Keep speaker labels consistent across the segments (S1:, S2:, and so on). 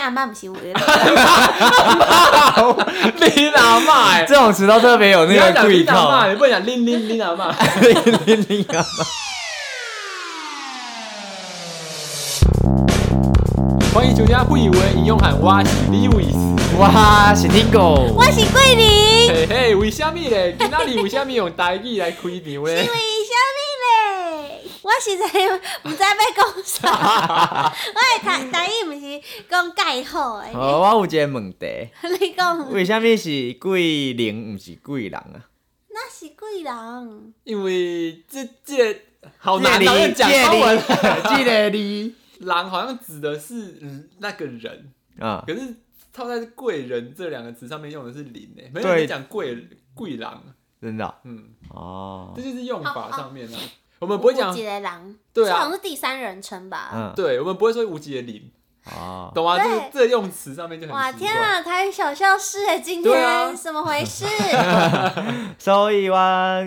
S1: 阿妈不是有的，
S2: 林阿妈、欸，
S3: 这种词都特别有
S2: 你要
S3: 那个
S2: 讲
S3: 贵
S2: 林阿
S3: 靠。
S2: 妈，你不能讲林林林阿妈。
S3: 零零啊！
S2: 欢迎酒家不以为饮用喊哇是李伟斯。
S3: 哇，是 Tingo，
S1: 我是桂 林，
S2: 嘿嘿，为什么嘞？今仔日为什么用台语来开场
S1: 因为
S2: 嘞
S1: 啥？物嘞？我实在毋知要讲 啥，我的台台语毋是讲介好的，
S3: 哦，我有一个问题，
S1: 你讲
S3: 为什么是桂林，不是桂人啊？
S1: 那是贵人，
S2: 因为这这个好难啊，要讲中文。
S3: 这个 你
S2: 狼好像指的是嗯那个人，
S3: 啊，
S2: 可是套在“贵人”这两个词上面用的是“林”诶，没有
S3: 对
S2: 人讲“贵贵狼
S3: 真的哦”，
S2: 嗯，
S3: 哦
S2: 这，就是用法上面啊。我们不会讲
S1: 有一，个人，
S2: 对
S1: 这
S2: 啊
S1: 好像是第三人称吧？
S3: 嗯，
S2: 对，我们不会说无极的“林
S3: 哦”，，
S2: 懂吗？这
S1: 对
S2: 个这个用词上面就
S1: 哇
S2: 很奇
S1: 天
S2: 怪。
S1: 啊，台语小教室诶，今
S2: 对啊
S1: 天怎么回事？
S3: 所以我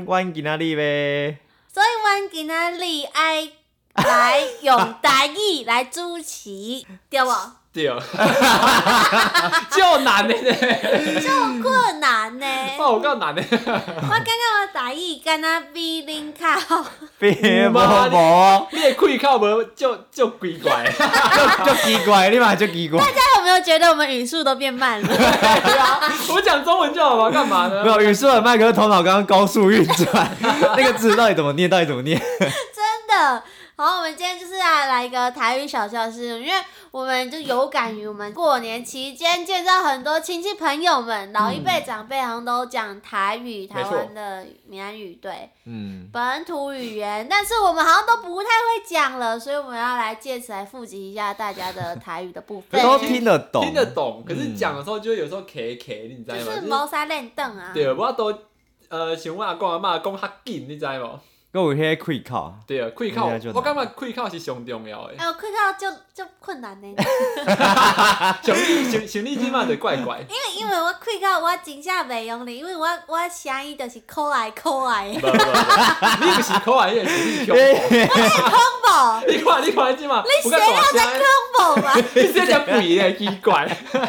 S3: 我今仔日呗，
S1: 所以阮今仔日爱来用台语来主持，对无？
S2: 对， 就难 的呢，
S1: 就困难呢、
S2: 报告难的。
S1: 我感觉我台语敢若比恁较好，
S3: 别无
S2: 吗
S3: 无，
S2: 你的跪靠无就就鬼怪，
S3: 就就奇怪，你嘛就奇怪，
S1: 大家有没有觉得我们语速都变 慢了？
S2: 对啊，我讲中文就好了，干嘛呢
S3: 没？有语速很慢，可是头脑刚刚高速运转，那个字到底怎么念，到底怎么念？
S1: 真的。好，我们今天就是要来一个台语小教室，因为我们就有感于我们过年期间见到很多亲戚朋友们，老一辈长辈好像都讲台语，台
S2: 没错
S1: 湾的闽南语，对。
S3: 嗯，
S1: 本土语言，但是我们好像都不太会讲了，所以我们要来借此来复习一下大家的台语的部分，
S3: 都听得懂，
S2: 听得懂，可是
S3: 嗯
S2: 讲的时候就会有时候 K K，你知道
S1: 就
S2: 吗？
S1: 是
S2: 就是
S1: 谋杀练凳啊。
S2: 对，我都呃，想问阿公阿嬷讲较紧，你知无？
S3: 跟我迄个开 口，
S2: 对啊，开口
S3: 那就，
S2: 我感觉开口是上重要的
S1: 哎，我看到就就困难呢，
S3: 啊
S2: 像你像像你即嘛就怪 怪，
S1: 因为因为我看到我真正袂用力，因为我我声音就是可爱可爱
S2: 无
S1: 的，
S2: 无无，你毋是可爱，你 是恐
S1: 恐怖，
S2: 你看你看即嘛，
S1: 你谁要啊在恐怖吧？
S2: 你这只肥的奇 怪，你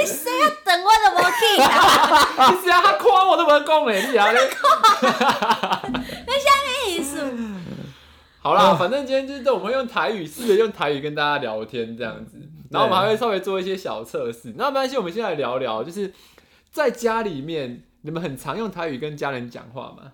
S1: 你谁要等我都无去啊？
S2: 是啊，他夸我都无讲嘞，你啊咧。
S1: 咩意思？
S2: 好啦，反正今天就是我们用台语，试着用台语跟大家聊天这样子，然后我们还会稍微做一些小测试。那没关系，我们先来聊聊，就是在家里面，你们很常用台语跟家人讲话吗？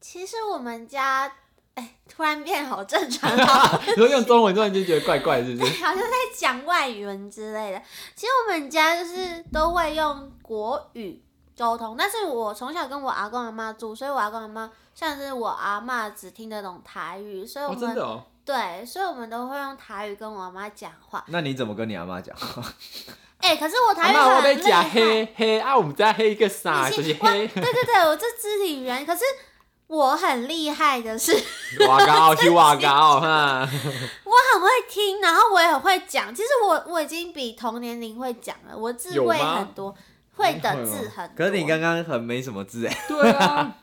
S1: 其实我们家。哎，突然变好正常 哦，
S2: 你说用中文突然就觉得怪怪，是不是？
S1: 好像在讲外语文之类的。其实我们家就是都会用国语沟通，但是我从小跟我阿公阿妈住，所以我阿公阿妈像是我阿妈只听得懂台语，所以我
S2: 哦，真
S1: 们、
S2: 的哦，
S1: 对，所以我们都会用台语跟我阿妈讲话。
S3: 那你怎么跟你阿妈讲？
S1: 哎、可是我台
S2: 阿
S1: 语
S2: 啊妈我
S1: 很
S2: 被
S1: 厉
S2: 加
S1: 害，
S2: 黑黑啊，我们在黑一个啥？
S1: 你
S2: 就是
S1: 哇
S2: 黑，
S1: 对对对，我这肢体语言，可是我很厉害的是，
S2: 哇高是哇高哈，
S1: 我很会听，然后我也很会讲。其实我我已经比同年龄会讲了，我字
S2: 有
S1: 会
S2: 吗
S1: 很多，会的字很多。
S3: 可是你刚刚很没什么字哎，
S2: 对 啊，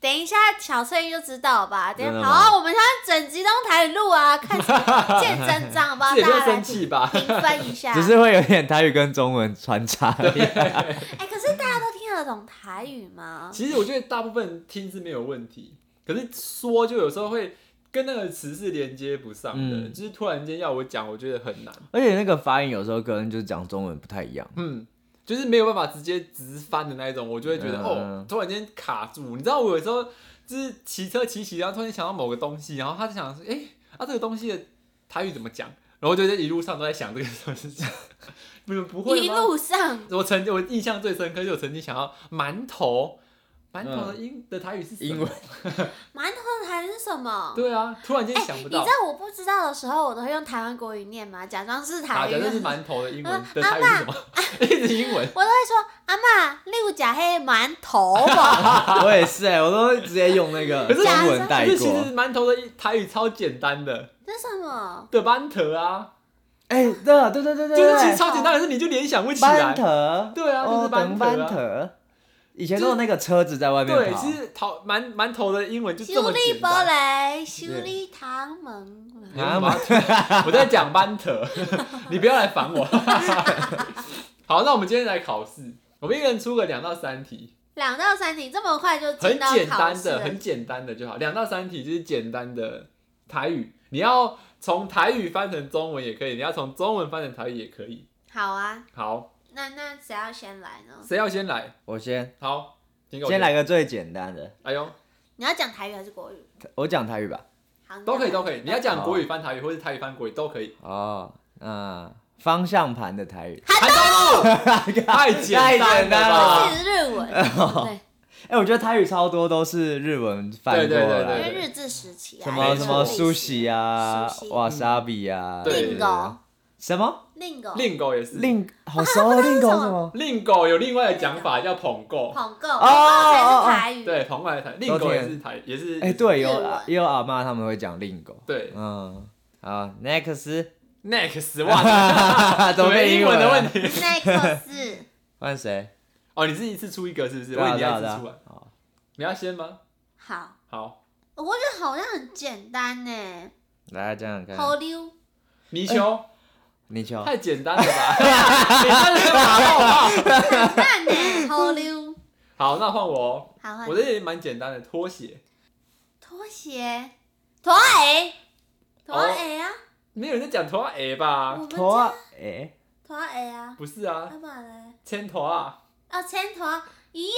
S1: 等一下，小翠玉就知道了吧？等一
S3: 真
S1: 下
S3: 的
S1: 好
S3: 吗
S1: 啊，我们现在整集都用台语录啊，看谁见真章，好不好？
S2: 自己
S1: 大
S2: 不会
S1: 家来
S2: 生气吧？
S1: 评分一下。
S3: 只是会有点台语跟中文穿插而已。
S1: 哎、可是大家都听得懂台语吗？
S2: 其实我觉得大部分听是没有问题，可是说就有时候会跟那个词是连接不上的，
S3: 嗯
S2: 就是突然间要我讲，我觉得很难。
S3: 而且那个发音有时候跟就是讲中文不太一样。
S2: 嗯，就是没有办法直接直翻的那一种，我就会觉得、
S3: 嗯
S2: 哦，突然间卡住。你知道我有时候就是骑车骑骑，然后突然想到某个东西，然后他就想说，哎、啊这个东西的台语怎么讲？然后就在一路上都在想这个东西， 你们不会
S1: 一
S2: 吗？
S1: 路上
S2: 我曾我印象最深刻，就我曾经想要馒头，馒头的英、的台语是什
S3: 嗯
S2: 么
S3: 英文？
S1: 馒头的台语是什么？
S2: 对啊，突然间
S1: 哎、
S2: 想不
S1: 你知
S2: 到，
S1: 道我不知道的时候，我都会用台湾国语念嘛，假装是
S2: 打
S1: 台语
S2: 的。那是馒头的英文
S1: 嗯
S2: 的台语是什么？ 一直英 文，
S1: 我都会说阿妈，你有假黑馒头 不？
S3: 我也是哎，我都直接用那个
S2: 可是
S3: 中文
S2: 可
S3: 带
S2: 是其
S3: 过
S2: 实。馒头的台语超简单的，
S1: 这是什么？
S2: 的馒头啊。
S3: 哎，对对对对
S2: 就是其实
S3: 对，
S2: 超简单，可是你就联想不起来
S3: 班。特，
S2: 对啊，就是
S3: 哦，
S2: 班
S3: 等
S2: 特
S3: 班
S2: 啊。
S3: 特，以前都有那个车子在外面
S2: 对，
S3: 跑
S2: 其，实头馒馒头的英文就这
S1: 修
S2: 么
S1: 理
S2: 简
S1: 波
S2: 单。
S1: 雷，修理唐门。
S2: 你干嘛我在讲班特， 你不要来烦我。 好，那我们今天来考试，我们一人出个两到三题，
S1: 两到三题这么快 就
S2: 很
S1: 进到
S2: 简
S1: 考
S2: 单
S1: 试
S2: 的、很简单的就好。两到三题就是简单的台语，你要从台语翻成中文也可以，你要从中文翻成台语也可以。
S1: 好啊，
S2: 好，
S1: 那那谁要先来呢？
S2: 谁要先来？
S3: 我先
S2: 好，先给我
S3: 先。来个最简单的，
S2: 哎呦，
S1: 你要讲台语还是国语？
S3: 我讲台语吧。
S1: 好，
S2: 都可以，都可
S1: 以。
S2: 以。你要讲国语翻台语，或是台语翻国语都可以。
S3: 哦，嗯，方向盘的台语。
S2: 韩 东路太简
S3: 太
S2: 单
S3: 简单
S2: 吧
S3: 了
S1: 这是日 文，对，
S3: 哎、我觉得台语超多都是日文翻
S2: 对
S3: 过
S2: 对对哎
S3: 来
S1: 因
S3: 的，
S1: 为日治时期啊，
S3: 什
S2: 没
S3: 么
S2: 错
S3: 什么
S1: 苏
S3: 苏喜啊、瓦莎比啊，
S2: 嗯对
S1: 令狗，
S3: 什么
S1: 令狗，
S2: 令狗也是，
S3: 令好 熟哦，令狗什么？
S2: 令狗有另外的讲法叫捧狗，
S1: 捧够，
S3: 哦
S1: 才是台语。啊
S2: 对，捧过来台，令狗也是台，也是
S3: 哎、对，
S1: 日
S3: 有
S1: 文
S3: 也有阿妈他们会讲令狗，
S2: 对
S3: 嗯，好，next，
S2: next 哇，
S3: 怎么
S2: 没
S3: 变
S2: 英文的
S3: 了
S2: 问？题？
S1: 那个是
S3: 换谁？
S2: 哦，你是一次出一个是不是？
S3: 对
S2: 我以
S3: 啊
S2: 为你
S3: 对
S2: 要
S3: 啊
S2: 一
S3: 对
S2: 次
S3: 啊
S2: 出完，
S3: 好
S2: 你要先吗？
S1: 好，
S2: 好，
S1: 我觉得好像很简单呢。
S3: 来这样看，
S2: 嗯
S1: 好溜，
S2: 泥
S3: 哎
S2: 鳅
S3: 泥鳅，
S2: 太简单了吧？ 简单的法好不好？
S1: 很烂 呢，好溜。
S2: 好，那换我哦，
S1: 好，换
S2: 我这也蛮简单的，拖鞋，
S1: 拖鞋，拖鞋，拖
S2: 哦
S1: 鞋啊，
S2: 没有人在讲拖鞋
S1: 我
S2: 吧？
S1: 们
S3: 头啊
S1: 家，
S3: 哎、
S1: 拖鞋啊，
S2: 不是啊，
S1: 干嘛嘞？
S2: 牵拖啊，
S1: 哦，前拖一样，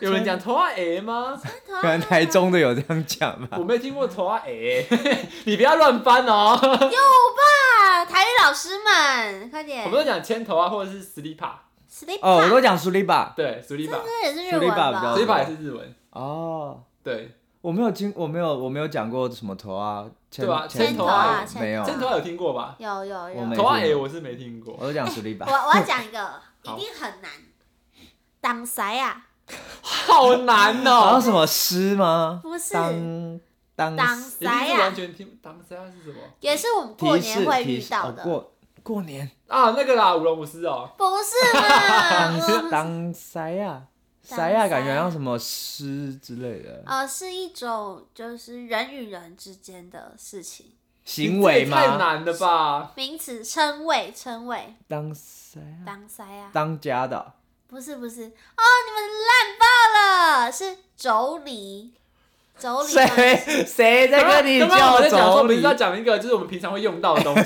S2: 有人讲拖鞋吗？
S1: 前拖。
S3: 可能台中的有这样讲吧
S2: 我，没听过拖鞋， 你不要乱翻哦。
S1: 有吧？台语老师们，快
S2: 我
S1: 点
S2: 们。都讲牵头啊，或者是 slipa，
S1: sleep
S3: 哦，我
S1: up
S3: 都讲苏利吧，
S2: 对，slipa，
S1: 这也是日文
S3: Sleep up 比
S1: 吧
S3: 较？
S2: slipa 也是日文，
S3: 哦。
S2: 对，
S3: 我没有听，我没有，我没有讲过什么头啊，牵
S2: 对啊牵
S3: 牵
S2: 头
S1: 啊
S3: 没有，
S1: 牵
S2: 牵头有听过吧？
S1: 有有
S3: 我哦没
S1: 有。
S2: 头啊，哎，我是没听
S3: 我
S2: 过，
S3: 都讲实力
S1: 我
S3: 吧。
S1: 我要讲一个，一
S2: 好
S1: 定很难。挡塞啊？
S2: 好难
S3: 然后
S2: 哦，
S3: 什么诗吗？
S1: 不是
S3: 当当
S1: 挡
S2: 你
S1: 塞
S2: 是完
S1: 啊？
S2: 全听，当时是什么
S1: 也是我们过
S3: 提
S1: 年
S3: 示
S1: 会
S3: 提
S1: 遇
S3: 示
S1: 到
S3: 哦
S1: 的。
S3: 过过年
S2: 啊？那个啦，舞龙舞狮哦，
S1: 不是嘛？
S3: 当
S1: 我
S3: 当塞啊
S1: 当
S3: 塞啊，感
S1: 塞
S3: 觉像什么诗之类的
S1: 呃，是一种就是人与人之间的事情，
S3: 行为
S2: 你这也太
S3: 吗？
S2: 难了吧？
S1: 名词称谓，称谓，
S3: 当塞啊，
S1: 当塞啊？
S3: 当家的
S1: 不是不是，哦，你们烂爆了，是妯娌，妯娌关系。
S3: 谁谁在跟你
S2: 刚刚我
S3: 叫
S2: 在讲说，
S3: 妯
S2: 不是要
S3: 娌？讲
S2: 讲一个，就是我们平常会用到的东西。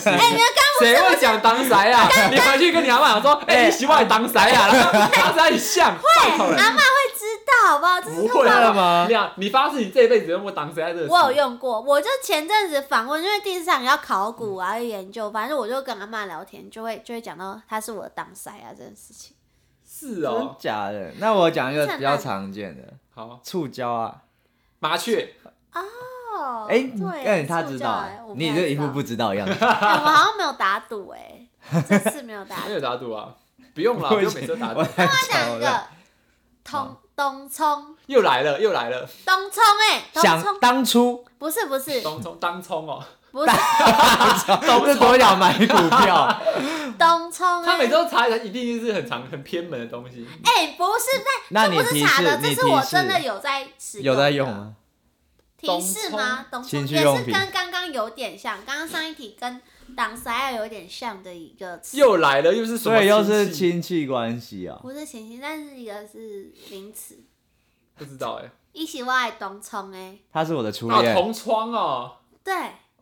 S2: 谁会讲当塞啊？你回去跟你阿妈讲说，哎，你喜欢当塞啊？然后当塞你像，拜托了
S1: 阿妈会知道好不好？这是
S2: 不
S1: 通
S2: 会
S1: 常
S3: 了
S2: 了
S3: 吗
S2: 你？俩，你发誓你这一辈子用过当塞这个词？
S1: 我有用过，我就前阵子访问，因为第四场要考古啊，要研究，反正我就跟阿妈聊天，就会就会讲到他是我的当塞啊这件事情。
S2: 是
S3: 真
S2: 哦，
S3: 假的？那我讲一个
S1: 这很
S3: 比较
S1: 烂
S3: 常见的
S2: 好，
S3: 触礁啊。
S2: 麻雀。
S1: 哦，
S3: 哎，你
S1: 对，
S3: 哎，他
S1: 是
S3: 知
S1: 我
S3: 道
S1: 叫
S3: 啊
S1: 哎，我
S3: 你
S1: 太
S3: 这一
S1: 知
S3: 副
S1: 道
S3: 不知道 的样子。
S1: 哎我好像没有打赌哎，这次没有打
S2: 没
S1: 赌。
S2: 有打赌啊，不用啦，
S3: 我
S2: 不
S3: 以
S2: 用
S3: 前
S2: 每次都打赌
S3: 我。在
S1: 讲
S3: 讲
S1: 一
S3: 了，
S1: 个东东冲
S2: 又来了，又来了，
S1: 东冲哎，东
S3: 想
S1: 冲
S3: 当初
S1: 不是不是
S2: 当冲当冲哦，
S1: 不 是
S3: 不是多想买股票，
S1: 东冲
S2: 他每
S1: 哎。
S2: 周查一下一定是很长很偏门的东西。
S1: 哎，不是在，
S3: 那
S1: 这
S3: 你
S1: 不是
S3: 提
S1: 查
S3: 示
S1: 的，，这
S3: 你
S1: 是我
S3: 提
S1: 真的
S3: 示
S1: 有在使
S3: 有在
S1: 的
S3: 用吗？
S1: 提示吗？懂
S3: 情趣
S1: 也
S3: 用
S1: 是
S3: 品
S1: 跟刚刚有点像，刚刚上一题跟挡塞爱有点像的一个词，
S2: 又来了，又是什
S3: 所以
S2: 么亲戚？
S3: 又是亲戚关系啊。
S1: 不是前提，但是一个是名词。
S2: 不知道哎，
S1: 一起我爱东冲哎，
S3: 他是我的初
S2: 啊，
S3: 恋，
S2: 同窗哦，
S1: 对，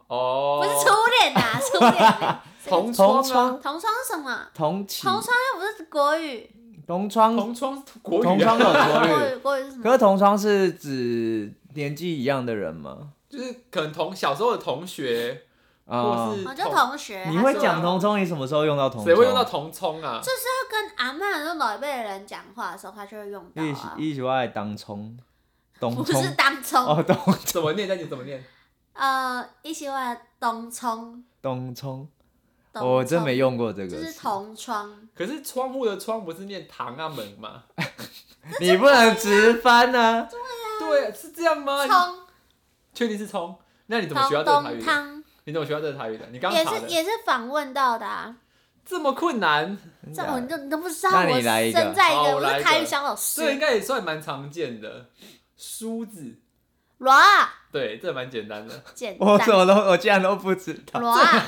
S2: 哦，
S1: 不是初恋呐，初恋哎，是个
S2: 同窗
S3: 同
S2: 啊
S3: 窗，
S1: 同窗是什么？
S3: 同起
S1: 同窗又不是国语，
S3: 同窗，
S2: 同窗是国
S3: 嗯同
S2: 语
S3: 窗
S2: 啊，
S3: 有
S1: 国
S3: 嗯国语，
S1: 语国语是什
S3: 可
S1: 么？
S3: 是同窗是指年纪一样的人吗？
S2: 就是可能同小时候的同学，
S3: 啊
S2: 或，是
S1: 哦，就同学，
S3: 你
S1: 他
S3: 会
S1: 说
S3: 讲同窗，你什么时候用到同窗？
S2: 谁会用到同窗啊？
S1: 他跟阿嬷那种老一辈的人讲话的时候，他就会用到
S3: 一起
S1: 啊，
S3: 一起爱当冲，
S1: 不
S3: 东冲
S1: 是当冲，
S3: 哦，东
S2: 怎么念？再念怎么念？
S1: 呃，一起我爱东冲，
S3: 东冲，
S1: 东
S3: 我真没
S1: 冲
S3: 用过哦这
S1: 就
S3: 个
S1: 是
S3: 词。
S1: 同窗。
S2: 可是窗户的窗不是念堂啊门吗？
S3: 你不能直翻啊呢、
S2: 对，是这样吗？
S1: 冲
S2: 确定是冲？那你怎么学到
S1: 东
S2: 这个台
S1: 东
S2: 语的？
S1: 汤
S2: 你怎么学到这个台语的？你刚
S1: 也
S2: 刚查
S1: 是
S2: 的
S1: 也是访问到的啊，
S2: 这么困难，
S1: 这我你都你都不知道，
S3: 那你
S1: 我
S3: 来一个
S1: 身在一
S2: 好
S1: 个
S2: 我
S1: 我
S2: 来
S1: 是
S2: 一个
S1: 台语小老
S2: 这应
S1: 师，
S2: 该也算蛮常见的。梳子，
S1: 罗啊
S2: 对，这蛮简单的。
S1: 简
S3: 我
S1: 单
S3: 怎，么都我竟然都不知道。
S1: 罗啊，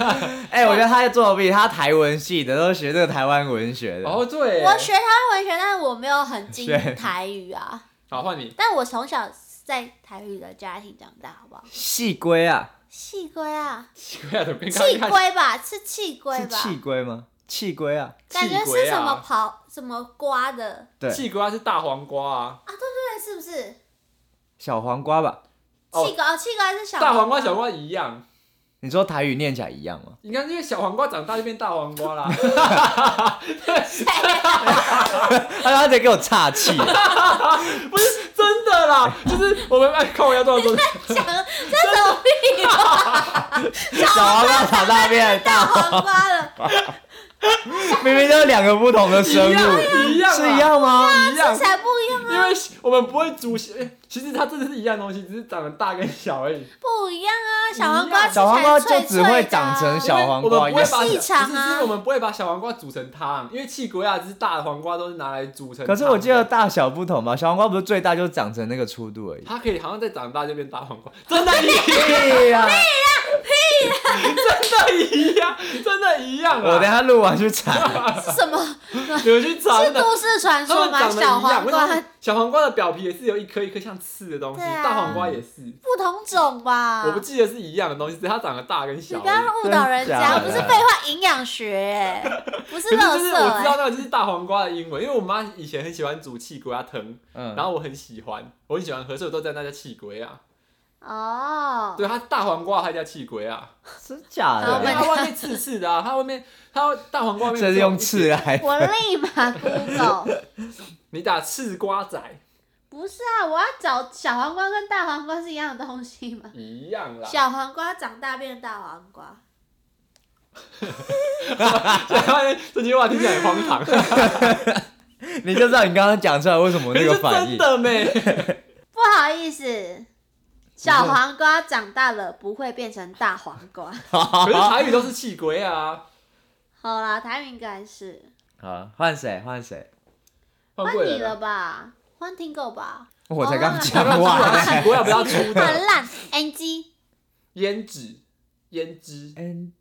S3: 哎、我觉得他作弊，他台文系的都学这个台湾文学的。
S2: 哦，对，
S1: 我学台湾文学，但是我没有很精
S3: 学
S1: 台语啊，
S2: 好换你。
S1: 但我从小在台语的家庭长大，好不好？
S3: 细龟啊，
S1: 气龟啊，
S2: 奇怪的，跟刚
S1: 气
S2: 刚看
S1: 龟吧，是气龟
S3: 是
S1: 吧？
S3: 气龟吗？气龟啊，
S1: 感觉
S2: 气鬼
S1: 是什么
S2: 啊
S1: 刨什么瓜的，
S3: 对，
S2: 气瓜是大黄瓜啊，
S1: 对，是不是？
S3: 小黄瓜吧？
S2: 哦
S1: 气瓜，哦，气瓜是小
S2: 大黄 瓜、小黄瓜一样。
S3: 你说台语念起来一样吗？
S2: 你看，因为小黄瓜长大就变大黄瓜啦。
S3: 他哎他得给我岔 气，
S2: 不是真的啦，就是我们哎，看我要多少 说，
S1: 讲这什么屁话？
S3: 小黄瓜长大变
S1: 大
S3: 大，
S1: 黄瓜了，
S3: 明明就是两个不同的生
S2: 一样
S3: 物，
S2: 一样
S3: 是一
S2: 啦，
S3: 样吗？
S2: 一样啊
S1: 这。才不一样，
S2: 因为我们不会煮，哎其实它真的是一样东西，只是长得大跟小而已。
S1: 不一样啊！小黄瓜吃起
S3: 小
S1: 来
S3: 黄瓜
S1: 脆
S3: 就只会
S1: 脆的啊
S3: 长成小黄
S2: 因为我
S3: 瓜
S2: 们
S3: 一
S2: 不会
S3: 样，
S2: 把
S1: 细长啊
S2: 不是是因为我们不会把小黄瓜煮成汤，因为气国亚只是大的黄瓜都是拿来煮成汤的。
S3: 可是我记得大小不同吧？小黄瓜不是最大就长成那个粗度 而已。
S2: 它可以好像再长大就变大黄瓜，真的一
S3: 对呀，
S2: 真的 一样，真的一样
S3: 我等一
S2: 啊！
S3: 下录完去 查。
S1: 是什么？
S2: 你们去查
S1: 是
S2: 真的。
S1: 都市传
S2: 它
S1: 说
S2: 们
S1: 吗？
S2: 长得一
S1: 小
S2: 样，
S1: 黄
S2: 为什
S1: 瓜
S2: 么小黄瓜的表皮也是有一颗一颗像刺的东西，
S1: 对啊
S2: 大黄瓜也是，
S1: 不同种吧？
S2: 我不记得是一样的东西，只是它长得大跟
S1: 你
S2: 小而
S1: 不
S2: 已。
S1: 要误导人
S3: 真假
S1: 家，不
S3: 的
S1: 是废话，营养学哎，不是
S2: 可是
S1: 垃
S2: 就是我知
S1: 圾
S2: 道
S1: 哎。
S2: 那个就是大黄瓜的英文，因为我妈以前很喜欢煮气瓜藤，
S3: 嗯
S2: 然后我很喜欢，我很喜欢喝，所以我都在那叫气龟啊。
S1: 哦，
S2: 对，它大黄瓜它叫气龟啊，
S3: 真
S1: 好
S3: 假
S2: 因
S1: 我
S2: 为
S1: 们
S3: 的？
S2: 它外面刺刺的啊，它外面它大黄瓜外面
S3: 这是
S2: 只有
S3: 用
S2: 一
S3: 刺 来
S1: 我立马 Google。
S2: 你打赤瓜仔
S1: 不是啊，我要找小黄瓜跟大黄瓜是一样的东西 吗？
S2: 一样啦，
S1: 小黄瓜长大变大黄瓜，
S2: 这句话听起来很荒唐，
S3: 你就知道你刚刚讲出来为什么
S2: 可
S3: 那
S2: 是
S3: 个
S2: 是
S3: 反
S2: 真
S3: 应。
S2: 的咩？
S1: 不好意思，小黄瓜长大了不会变成大黄 瓜。
S2: 可是台语都是气龟啊，
S1: 好啦，台语应该是
S3: 好，换谁？换谁？
S2: 换
S1: 换
S2: 贵
S1: 你
S2: 人
S1: 了吧，换听狗吧，
S3: 我才刚
S2: 要
S3: 讲
S2: 不要出
S3: 完。
S2: 来？哦 我要不要出
S1: 很
S2: 的？
S1: 烂。NG，
S2: 胭脂，胭脂
S3: 嗯，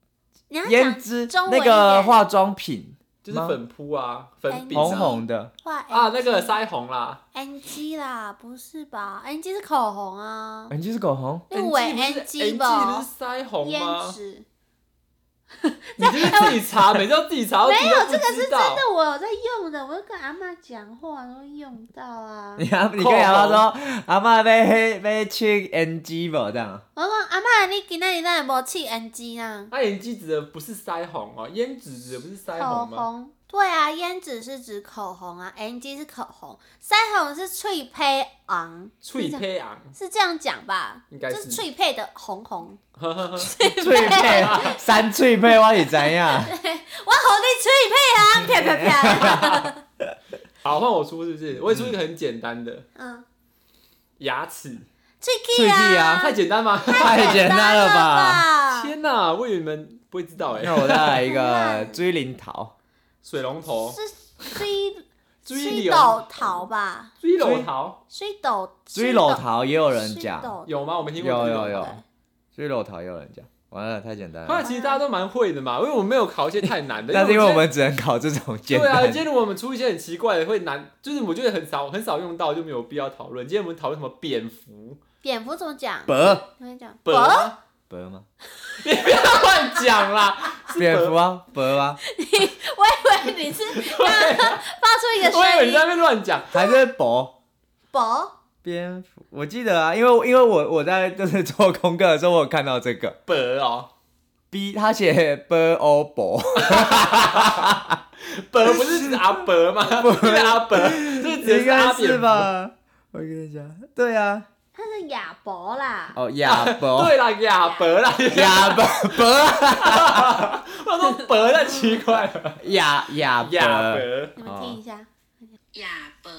S1: 你要
S3: 胭
S1: 讲
S3: 脂
S1: 中文
S3: 那
S1: 一
S3: 个
S1: 点
S3: 化妆品
S2: 就是粉扑啊，粉饼啊
S3: 红红的，
S1: 画
S2: 啊，那个腮红啦，
S1: NG 啦，不是吧？NG 是口红啊，
S3: 哎你就是口 红。
S1: 那伪
S2: NG 不是 NG 不
S1: 吧，
S2: 是腮红
S1: 胭
S2: 吗？
S1: 脂。
S2: 你就是自己查，每次都自己查，没有这个是
S1: 真
S2: 真
S1: 的，我有在用的，我就跟阿妈讲话都会用到啊。
S3: 你阿你跟阿妈说，阿妈被黑被去 NG 吧这样。
S1: 我讲阿妈，你今仔日哪会无试 NG 啊？
S2: 它眼睛指的不是腮红哦，胭脂指的不是腮
S1: 口
S2: 红吗？
S1: 红，对啊，胭脂是指口红啊，NG 是口红，腮红是翠配昂，
S2: 翠胚昂，
S1: 是这样讲吧？
S2: 应该
S1: 就是是翠配的红红，
S3: 翠配三翠配，我是怎样？
S1: 我红你翠配昂，啪啊啪啪。
S2: 好，换我出是不是？我也出一个很简单的
S1: 嗯，
S2: 牙齿，
S1: 翠
S3: 翠
S1: key
S3: 屁
S1: 啊，
S3: 啊
S2: 太简单吗？
S3: 太简单了吧？
S1: 吧？
S2: 天哪，我以为你们不会知道哎
S3: 那。我再来一个追灵桃，
S2: 水龙头，
S1: 是水
S2: 水
S1: 水
S2: 流
S1: 斗桃吧？
S2: 追龙桃
S1: 水斗
S3: 追楼桃也有人讲，
S2: 有吗？我没听过。
S3: 有
S2: 水龙
S3: 有
S2: 头
S3: 有，追楼桃也有人讲。完了，太简单
S2: 后来
S3: 了。
S2: 其实大家都蛮会的嘛，因为我们没有考一些太难的。
S3: 但是因为
S2: 觉
S3: 我
S2: 得
S3: 们只能考这种简
S2: 对啊，
S3: 单
S2: 今， 天如果我们出一些很奇怪的，会难，就是我觉得很少很少用到，就没有必要讨论。今天我们讨论什么 蝙蝠？
S1: 蝙蝠怎么讲？
S3: 伯
S1: 怎么 讲？
S2: 本
S1: 伯
S2: 啊
S3: 伯吗？
S2: 你不要乱讲啦！是
S3: 蝙
S2: 本
S3: 蝠啊，伯啊，
S1: 我以为你是刚刚发出一 个
S2: 我以为
S1: 声
S2: 你
S1: 音
S2: 在，那边乱讲。
S3: 还是伯？
S1: 伯
S3: 蝙蝠，我记得啊，因为因为我我在就是做功课的时候，我有看到这个
S2: 本哦，
S3: B，他写哦 b o 伯，
S2: 本不是指阿伯 吗？不是阿伯，这只
S3: 应
S2: 是
S3: 该
S2: 阿蝙
S3: 是
S2: 蝠。
S3: 吧？我跟你讲，对啊，
S1: 他是亚伯啦，
S3: 哦，亚伯，
S2: 对啦，亚伯啦，
S3: 亚伯伯，
S2: 我说 伯太奇怪了。
S3: 亚亚伯，
S2: 亚伯，
S1: 你们听一下。
S4: 亚伯，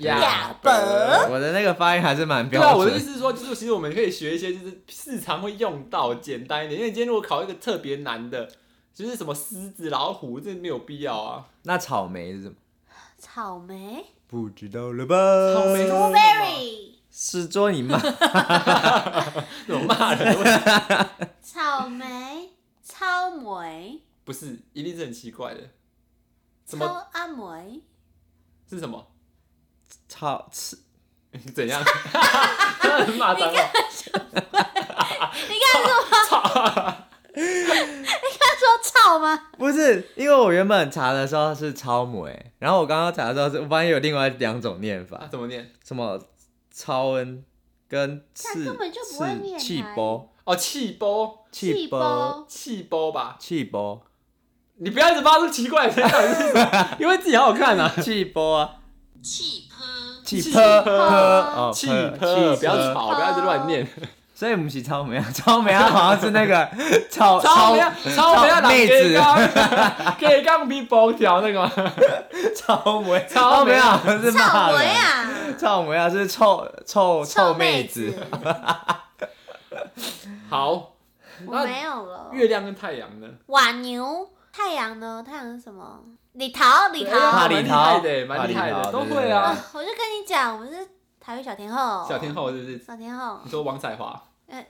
S1: 亚伯
S3: 呃我的那个发音还是蛮
S2: 对啊，
S3: 标
S2: 我的意
S3: 准。
S2: 思是说，就是其实我们可以学一些，就是日常会用到简单一点，因为今天如果考一个特别难的，就是什么狮子、老虎，这没有必 要啊。
S3: 那草莓是什么？
S1: 草莓
S3: 不知道了吧？
S2: 草莓是什
S3: 哦
S2: 么
S1: berry，
S3: 是捉你 妈！
S2: 那种骂人，
S1: 草莓草莓
S2: 不是，一定是很奇怪的。什么
S1: 超阿梅，
S2: 是什么？
S3: 草吃
S2: 怎样？ 他很骂脏话。
S1: 你刚才说吗？ 你刚才说草吗？
S3: 不是？因为我原本查的时候是超莓，然后我刚刚查的时候是，我发现有另外两种念
S2: 啊
S3: 法，
S2: 怎么念？
S3: 什么超恩跟
S1: 那
S3: 刺
S1: 根本就不会念啊
S3: 刺气波
S2: 哦，气包，
S1: 气
S3: 气波
S1: 包
S2: 气包吧。
S3: 气波
S2: 你不要一直发出奇怪的声音到底是什么，因为自己好好看啊。
S3: 气波啊！
S1: 气泡
S3: 气
S2: 气
S3: 波
S2: 波
S3: 哦，
S2: 气
S3: 波
S2: 泡，
S3: 气
S2: 不要
S3: 波
S2: 吵，不要一直乱念。
S3: 所以不是超美啊，超美啊，好像是那 个超
S2: 超不要，超啊不要打
S3: 哦妹
S2: 给
S3: 子
S2: 杠， 给杠比包条那个吗？
S3: 超美
S2: 超美
S3: 美啊，好像是
S1: 草
S3: 骂
S1: 莓
S3: 人。
S1: 啊，
S3: 超美啊，是臭臭 臭妹
S1: 子
S3: 子。，
S2: 好，
S1: 我没有 了。
S2: 月亮跟太阳呢？
S1: 瓦牛，太阳呢？太阳是什么？李桃，李桃。
S3: 塔
S2: 哎蛮
S3: 里
S2: 厉害的，蛮厉害的，都会啊。
S1: 啊我就跟你讲，我们是台语小天后。
S2: 小天。后是不是？
S1: 小天 后
S2: 你说王彩华，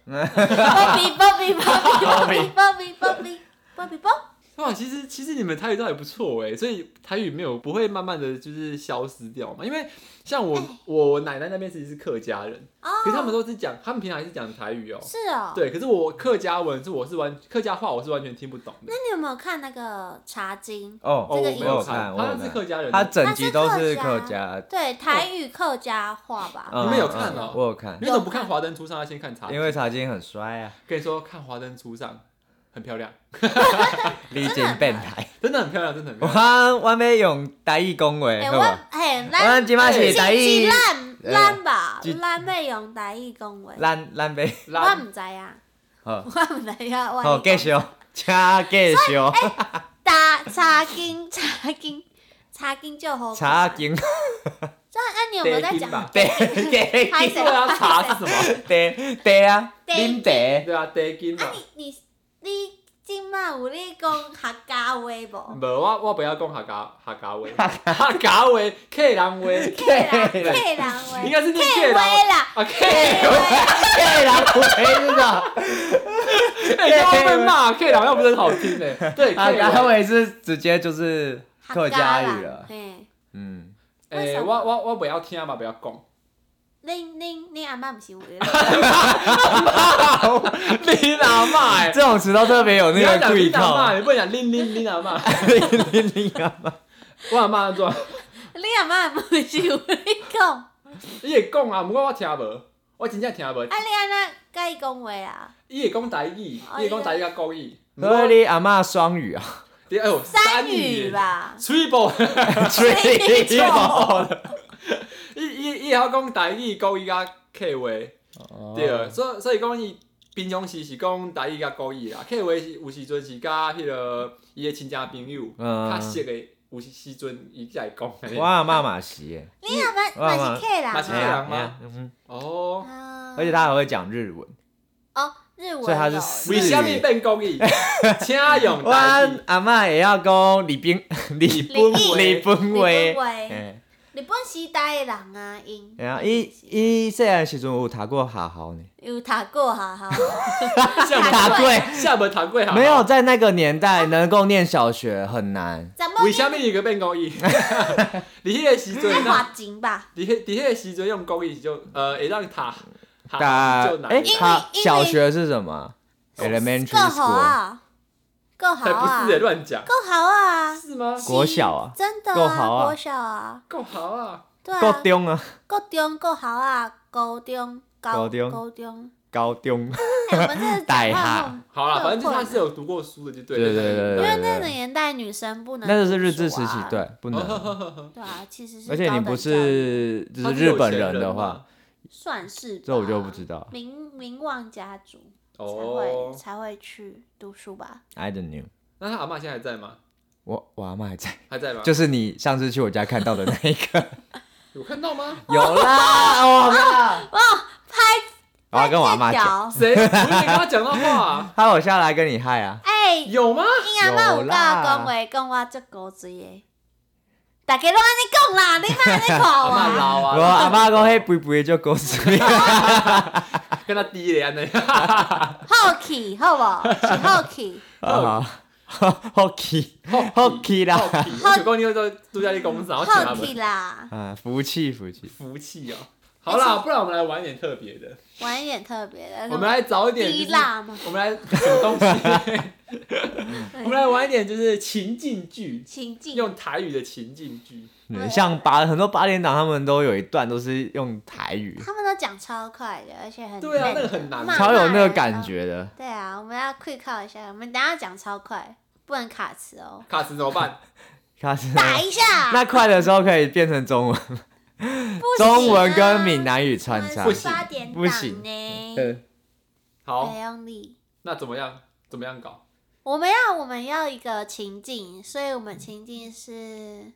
S1: ，Bobby Bobby Bobby Bobby Bobby Bobby Bob，
S2: 哇，其实其实你们台语倒也不错哎，所以台语没有不会慢慢的就是消失掉嘛，因为像我
S1: 哎
S2: 我奶奶那边其实是客家人，可是他们都是讲，他们平常还是讲台语哦。
S1: 哦是哦。。
S2: 对，可是我客家文是我是完客家话我是完全听不懂的。
S1: 那你有没有看那个《茶经》？
S3: 哦，
S2: 哦，我没
S1: 这个
S2: 有
S3: 我看
S2: 他
S3: 我有
S2: 们是
S3: 看
S2: 客家人，
S3: 他整集都是客家。
S1: 对，台语客家话吧。
S3: 嗯
S2: 你们有看哦
S3: 嗯我有看
S2: 你，为什么不看《华灯初上》，要先看茶？
S3: 因为茶金很帅啊，
S2: 跟你说，看《华灯初上》很漂亮，
S3: 历经变态。
S2: 真的很漂亮，真的很 漂
S3: 我
S2: 亮。
S3: 我要用台语讲话，
S1: 哎，
S3: 好
S1: 我
S3: 吧？
S1: 嘿，
S3: 嗯我
S1: 咱
S3: 们今晚
S2: 哎
S3: 是台
S1: 是
S3: 语，
S1: 咱
S3: 呃
S1: 咱吧，
S3: 是
S1: 咱要用台语讲话。
S3: 咱咱被
S1: 我
S2: 拉
S1: 唔知啊，
S3: 好
S1: 我唔知啊，我。
S3: 好继续，哦请继续，哦
S1: 哎打茶经， 茶经，茶经就好看。
S3: 茶金
S1: 这样，那你有没有在讲？
S2: 吧？
S3: 对
S1: 拍
S3: 对
S1: 谁
S2: 对啊，茶是什么？
S3: 对对啊，
S1: 对
S3: 啉茶。
S2: 对啊，茶金嘛
S1: 啊。你你你今麦有咧讲客家话无？
S2: 无，我我不要讲客家客家话， 客家话、客人话，
S1: 客人客
S3: 客人
S1: 人话，
S2: 应该是念客
S1: 客
S2: 人
S1: 话啦，
S2: 啊，客
S1: 客
S2: 人，
S1: 话。
S3: 对啦，我知道，
S2: 哎，刚刚被骂，客人要不是很好听呢。对，客
S3: 啊，
S2: 人
S3: 然后。也是直接就是客家
S1: 人
S3: 语了。
S1: 嘿，
S3: 嗯，
S1: 为
S2: 哎，
S1: 什
S2: 我
S1: 么
S2: 我我不要听啊嘛，不要讲。
S1: 恁恁恁阿嬷毋是有咧？
S2: 你阿妈哎，
S3: 这种词都特别有
S2: 你要
S3: 那个
S2: 讲
S3: 贵啊
S2: 你阿
S3: 靠
S2: 妈，。你不能讲拎拎拎阿妈，
S3: 零零啊，
S2: 我阿妈怎？
S1: 恁阿嬷毋是有咧讲？啊，
S2: 伊会讲啊，毋过我听无，我真正听无。
S1: 你安那甲伊讲话啊？
S2: 伊会讲台语，伊
S1: 哦
S2: 会讲台语甲国语。
S3: 所以哦你阿嬷双 语啊，
S2: 你哎呦，
S1: 三
S2: 语
S1: 语。吧。
S2: 吹波，
S3: 吹
S1: 吹
S3: 爆
S2: 伊伊伊会晓讲台语、国语甲客话，
S3: 啊 哦
S2: 对，啊所以所以讲伊平常时是讲台语甲国语啦，客话是有时阵是甲迄个伊的亲戚朋友
S3: 嗯
S2: 较熟的，有时时阵伊才会
S3: 我
S2: 讲。
S3: 阿嬷嘛是耶，
S1: 恁阿嬷
S3: 我阿嬷
S1: 嘛是客人
S2: 嘛是客
S3: 哎
S1: 啊
S2: 人？
S3: 呀哎呀嗯
S2: 哦，
S1: 啊
S3: 而且她还会讲日文。
S1: 哦，日文有。
S3: 所以他是四
S2: 为什么变国 语？请用
S3: 我
S2: 台语。
S3: 阿嬷也要讲日本日
S1: 本话
S3: 日本
S1: 日
S3: 话。
S1: 本话。
S3: 哎，
S1: 日本时代的人啊，因
S3: 然后伊伊细汉时阵有读过学校呢，
S1: 有读过哈哈，
S2: 下无
S1: 读
S3: 读过。
S2: 下无谈过好。
S3: 没有，在那个年代能够念小学很难。
S1: 怎么
S2: 为什么伊个变国 语？你迄个时阵啊
S1: 爱，花钱吧？
S2: 你迄你迄个时阵用国语就呃会让他
S3: 大
S2: 他啊就难
S3: 哎，
S1: 英语
S3: 他
S1: 英语
S3: 小学是什么？Elementary
S1: 够好
S3: school，
S1: 啊，够好
S2: 才
S1: 啊
S2: 不是，欸乱讲，
S1: 够好啊，
S2: 是吗？
S3: 国小啊
S1: 真的
S3: 够好
S1: 啊，
S3: 啊
S1: 国小啊，
S2: 够好啊，
S1: 对啊，
S3: 高中啊，
S1: 够中够好啊，高中高
S3: 高中
S1: 高中，
S3: 高中。
S1: 哎我们这
S3: 大
S1: 哈
S3: 哈，
S2: 好啦，
S1: 对
S2: 反正就是他
S1: 混
S2: 是有读过书的，就对
S3: 对对对
S1: 因
S3: 对
S1: 为那个年代女生不能，
S3: 那就是日治时期，，对，
S2: 哦
S3: 不能。
S2: 对。
S1: 对啊，其实是，
S3: 而且你不是就
S2: 他
S3: 是日本人的话，
S1: 算是吧，
S3: 这我就不知道
S1: 名名望家族才会
S2: 哦，
S1: 才会去读书吧，
S3: ，I don't know。
S2: 那他阿妈现在还在吗？
S3: 我我阿妈还在，
S2: 还在吗？
S3: 就是你上次去我家看到的那一个，
S2: 有看到吗？
S3: 有啦，我阿妈。
S1: 拍
S3: 我要跟我阿妈
S1: 在屌
S3: 讲，
S2: 谁？我以前跟他讲到话啊、
S3: 他我下来跟你嗨啊，
S1: 哎，
S2: 有吗？
S1: 你阿妈有
S3: 有
S1: 教
S3: 啦
S1: 讲话讲我足古锥的，大家拢安尼讲啦，你莫安尼看
S2: 阿妈
S1: 我。
S2: 老啊，
S3: 我阿妈讲迄肥肥就狗嘴，
S2: 跟他低脸呢。
S1: 好奇好无？是好奇，
S3: 啊，好好奇 好奇啦，
S2: 好奇，我想讲你又在度假的公司，然后请他
S1: 好
S2: 们
S1: 奇啦，
S3: 啊，福气福气，
S2: 福气哦。好啦，不然我们来玩一点特别的，
S1: 玩一点特别的。
S2: 我们来找一点
S1: 滴
S2: 就是
S1: 蜡嘛，
S2: 我们来什么 东西？我们来玩一点就是情境剧，
S1: 情境。
S2: 用台语的情境剧。
S3: 嗯像八很多八点档他们都有一段都是用台语，
S1: 他们都讲超快的，而且很
S2: 对啊，
S1: 慢
S2: 那个很难
S1: 慢
S3: 超有那个感觉的，
S1: 对啊，我们要 quick call 一下，我们等一下讲超快，不能卡词 哦。
S2: 卡词怎么办？
S3: 他是
S1: 打一下，
S3: 那快的时候可以变成中文，
S1: 不行啊
S3: 中文跟闽南语穿插
S1: 我，们是八点档
S3: 不行
S1: 呢，
S3: 嗯，
S2: 好
S1: 没，用力。
S2: 那怎么样？怎么样搞？
S1: 我们要我们要一个情境，所以我们情境是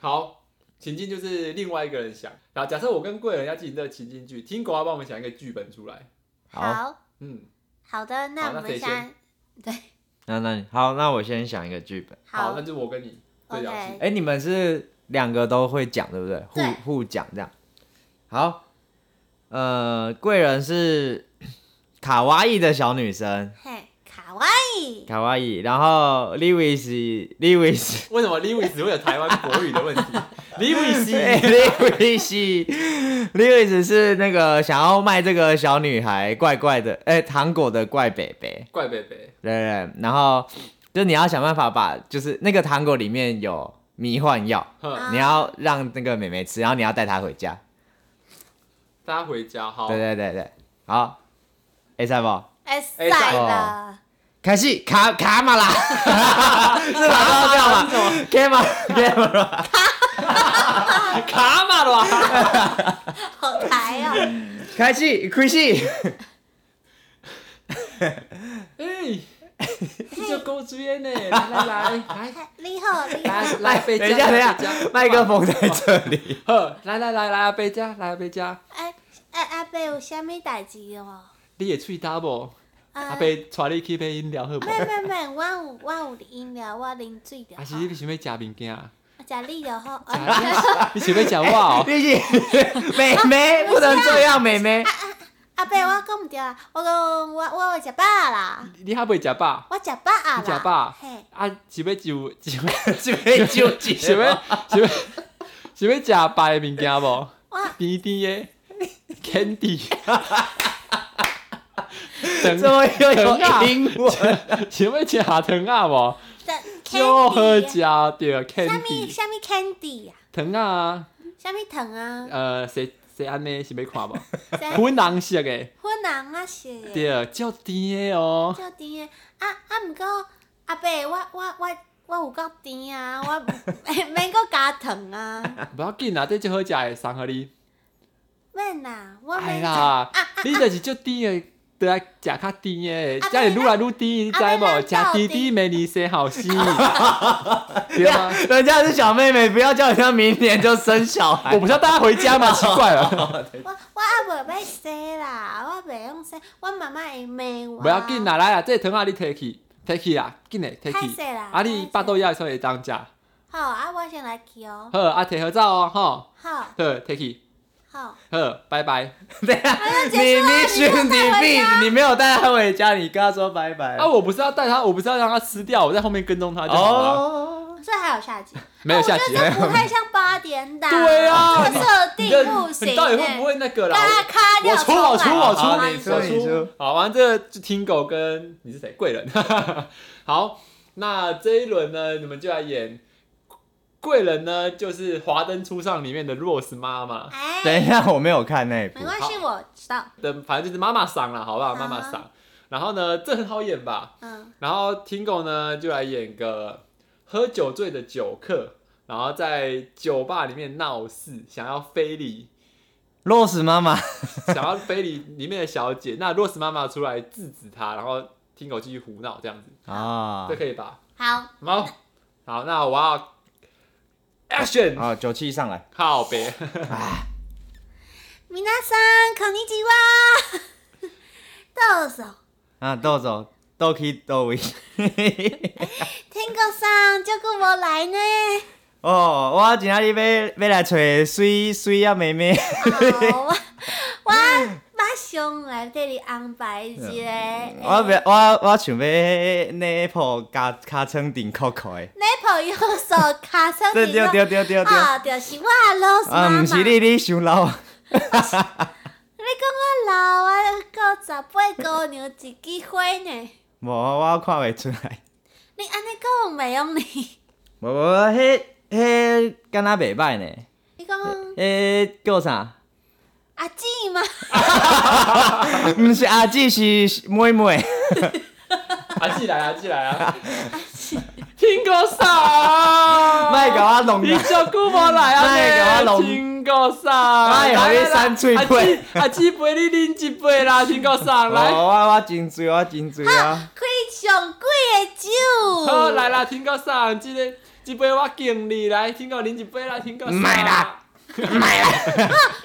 S2: 好，情境就是另外一个人想。然后假设我跟贵人要进行这个情境剧，听狗要帮我们想一个剧本出来。
S3: 好
S1: 好
S2: 嗯，
S1: 好的，那
S2: 好
S1: 我
S2: 那
S1: 们
S2: 谁
S1: 先
S3: 那那你好，那我先想一个剧本，
S2: 好，
S1: 好
S2: 那就我跟你对角戏
S1: OK。
S3: 哎，你们是两个都会讲对不对？
S1: 对
S3: 互互讲这样，好，呃，贵人是卡哇伊的小女生。
S1: 嘿，卡哇伊，
S3: 卡哇伊，然后 Lewis Lewis
S2: 为什么 Lewis 会有台湾国语的问题 ？Lewis
S3: Lewis Lewis 是那个想要卖这个小女孩怪怪的，哎、糖果的怪北北，
S2: 怪北北，
S3: 对对对，然后就你要想办法把，就是那个糖果里面有迷幻药，
S2: 哼，
S1: 啊
S3: 你要让那个妹妹吃，然后你要带她回家，
S2: 大家回家好
S3: 对。对对对，好，哎，赛宝。
S1: 哎
S2: 哎
S1: 塞
S2: 赛
S1: 了，
S3: 开始卡卡马拉，是马上掉吗？camera
S2: 卡马罗，
S1: 好台哦，
S3: 开始开始。
S2: 哎，你就勾住烟呢，来来来，
S1: 嘿你好，你好
S2: 来，来贝佳，
S3: 哎等一下，等一下
S2: 贝佳，
S3: 麦克风在这 里。
S2: 呵，来来来来贝佳，来贝佳，
S1: 哎哎阿伯有虾米代志哦？
S2: 你也吹 double，
S1: 啊
S2: 阿贝带你去买饮料好不好？
S1: 没没没，我有我有饮料，我啉水就好
S2: 啊还。是你想要食物件？
S1: 我食你就 好。
S2: 吃
S1: 啊
S2: 你想要食我 哦？
S3: 毕竟妹妹 不能这样，妹 妹。
S1: 阿伯，我讲毋对啊，我讲我我有食饱啦，
S2: 你还袂食饱？
S1: 我食饱啊啦。
S2: 你食饱
S1: 嘿，
S2: 啊，想要就 想要
S3: 准备纠结
S2: 想要想要想要食白的物件无？
S1: 我
S2: 甜甜的 candy，等
S3: 怎么又有
S2: 等啊
S3: 英文？
S2: 想要食糖啊无？就好食
S1: candy 啊。
S2: 着
S1: 虾米
S2: candy
S1: 虾米 candy 啊？
S2: 糖啊，
S1: 虾米糖啊？
S2: 呃，谁谁安尼是要看无？
S1: 啥
S2: 粉红色的，
S1: 粉人啊是的，
S2: 对，足甜的哦。
S1: 照甜的。啊啊，毋过阿伯，我我我我有够甜啊，我免搁加糖啊，
S2: 不要紧啦，这就好食的送互你。
S1: 免啦，我
S2: 哎
S1: 免。
S2: 啦
S1: 啊，
S2: 你就是足甜的，对啊，食较甜的，
S1: 啊
S2: 这样愈来愈甜，你知
S1: 啊
S2: 无？
S1: 要
S2: 食
S1: 咱
S2: 甜
S1: 到底
S2: 甜没你生好心，
S1: 啊
S2: 对吗？
S3: 人家是小妹妹，不要叫人家明年就生小
S2: 我
S3: 孩。
S2: 不知道大家回 家嘛，奇怪了。
S1: 我我还袂要洗啦，我袂用洗，我妈妈会骂我。
S2: 不要紧啦，来啦，这糖啊你摕去，摕去啦，紧嘞，摕
S1: 歹
S2: 去
S1: 势。啦。
S2: 啊，你
S1: 巴
S2: 巴肚枵的时候会当食。好，
S1: 好，啊，我先来去哦。
S2: 啊，摕好走哦，吼，
S1: 好，
S2: 好，摕去，
S1: 好，
S2: 好，拜拜。
S3: 对啊，
S1: 结
S3: 你
S1: 束了
S3: 你
S1: 你没
S3: 选
S1: 有带
S3: 你
S1: 回
S3: 病
S1: 家，
S3: 你没有带她回家，你跟她说拜拜。
S2: 啊，我不是要带他，我不是要让他吃掉，我在后面跟踪他就好了。
S3: 哦，
S1: 所以还有下集。
S2: 没有下
S1: 我
S2: 集
S1: 觉，得这不太像八点档。
S2: 对啊
S1: 这个设
S2: 你
S1: 定
S2: 的
S1: 不行
S2: 你到底会
S1: 欸
S2: 不会那个啦？
S1: 大家咔
S2: 我
S1: 掉
S2: 出，我出，我
S3: 好
S2: 出，
S3: 你出
S2: 我
S3: 你出
S2: 出。好，完这就听狗跟你是谁？贵人。 好，那这一轮呢，你们就来演贵人呢，就是《华灯初上》里面的 Rose 妈妈。
S3: 等
S1: 哎，
S3: 一下，我没有看那一部
S1: 没。关系，我知道。
S2: 的，反正就是妈妈桑啦，好不好？
S1: 好
S2: 妈妈桑。然后呢，这很好演吧？
S1: 嗯，
S2: 然后 Tingo 呢就来演个喝酒醉的酒客，然后在酒吧里面闹事，想要非礼，
S3: 落实妈妈，
S2: 想要非礼里面的小姐。那 Rose 妈妈出来制止他，然后 Tingo 继续胡闹这样子，
S3: 啊
S2: 这可以吧？
S1: 好，
S2: 好，好，那我要 action，
S3: 啊，酒气上来，
S2: 靠别。
S1: 皆さんこんにちは。豆手，
S3: 啊，豆走豆 k 豆威。
S1: 天哥上照顾我来呢。
S3: 哦，我今仔日要要来找水水啊妹妹。
S1: 好，我我马上来替你安排一个。
S3: 我要我我想要那铺加加床顶扣扣的。
S1: 你朋友手卡车
S3: 对对对对对对。
S1: 哦，就是我老师妈
S3: 啊，
S1: 妈。
S3: 毋是
S1: 你
S3: 你，你想老 啊。
S1: 讲我老啊，到十八姑娘一枝花呢。
S3: 无，我看袂出来。
S1: 你安尼讲袂用呢？
S3: 无无，迄迄敢若袂歹呢。
S1: 你讲
S3: 迄叫啥？
S1: 阿姊吗？
S3: 毋是阿姊，是妹妹。
S2: 啊，进来啊，进来啊！听歌上，
S3: 莫甲我弄
S2: 你
S3: 啦。
S2: 照顾我来啊！
S3: 莫甲我弄
S2: 听歌上，
S3: 莫互你三嘴
S2: 阿
S3: 配
S2: 姊阿姊陪你啉一杯啦，听歌上
S3: 哦，
S2: 来，
S3: 我我真醉，我真醉啊！
S1: 开上贵的酒。
S2: 好来。啦，听歌上，即个一杯我敬你来，听歌啉一杯啦，听歌上。
S3: 莫啦，买啦！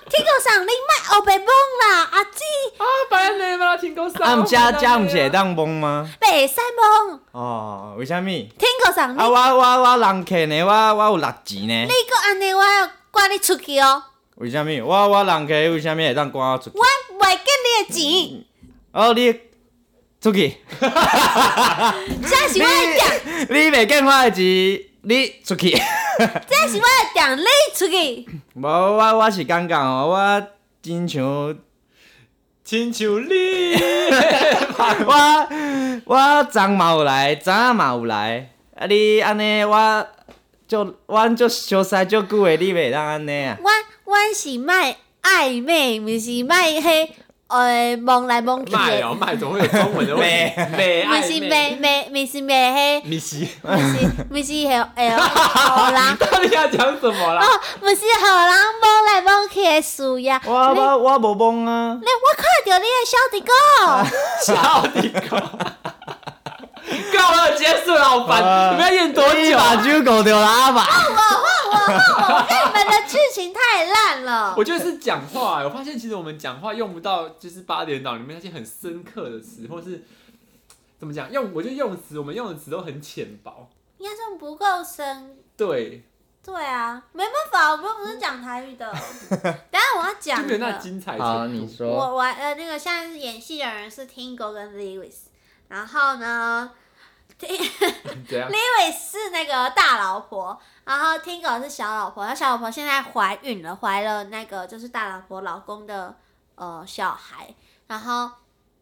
S1: 天哥上，你莫黑白懵啦，阿姊
S2: 啊，白你啦，听歌上。
S3: 啊，毋加加毋是会
S2: 的，
S3: 当懵吗？
S1: 袂使懵。
S3: 哦，为虾米？
S1: 天哥上，你
S3: 啊，我我我人客呢，我我有六钱呢
S1: 你。搁安尼，我要赶你出去哦。
S3: 为虾米？我我人客为虾米会当赶我出去？
S1: 我袂给你
S3: 哦，你出去，
S1: 的钱，这是
S3: 你
S1: 我的店，
S3: 你袂见我的钱，你出去。
S1: 这是我的店，你出去。
S3: 无，我我是感觉哦，我真像
S2: 亲像你，
S3: 我我昨嘛有来，昨仔嘛有来，啊你安尼我就我就相识足久的，你袂当安尼啊？
S1: 我我是卖暧昧，毋是卖迄呃蒙来蒙去
S2: 卖
S1: 的，
S2: 哦卖，总会有中文的问题。卖
S1: 毋是
S2: 卖，
S1: 卖卖，毋是卖迄，
S2: 米奇，
S1: 毋是毋是 迄诶荷兰，
S2: 到底要讲什么 啦？
S1: 哦，毋是荷兰蒙来蒙去的事呀。
S3: 我
S1: 你
S3: 我我无懵啊！
S1: 你我看到你的小弟哥，
S2: 小你狗！够了，结束了，好烦！
S3: 啊
S2: 你们要演多
S3: 你
S2: 久
S3: 把
S2: 啊？
S3: 酒搞掉啦吧？
S1: 我跟哦你们的剧情太烂了
S2: 我。觉得是讲话、欸我发现其实我们讲话用不到，就是八点档里面那些很深刻的词，或是怎么讲用，我觉得用词我们用的词都很浅薄。
S1: 应该算不够深
S2: 对，
S1: 对啊，没办法，我们又不是讲台语的。等下我要
S2: 就
S1: 讲
S2: 没有那
S1: 的，
S2: 精彩
S3: 好，
S2: 程
S3: 你
S2: 度。
S1: 我
S3: 说
S1: 我呃那个现在是演戏的人是 Tingo 跟 Lewis，然后呢
S2: 怎样？
S1: ，Lewis 是那个大老婆，然后 Tingo 是小老婆，然后小老婆现在怀孕了，怀了那个就是大老婆老公的呃小孩，然后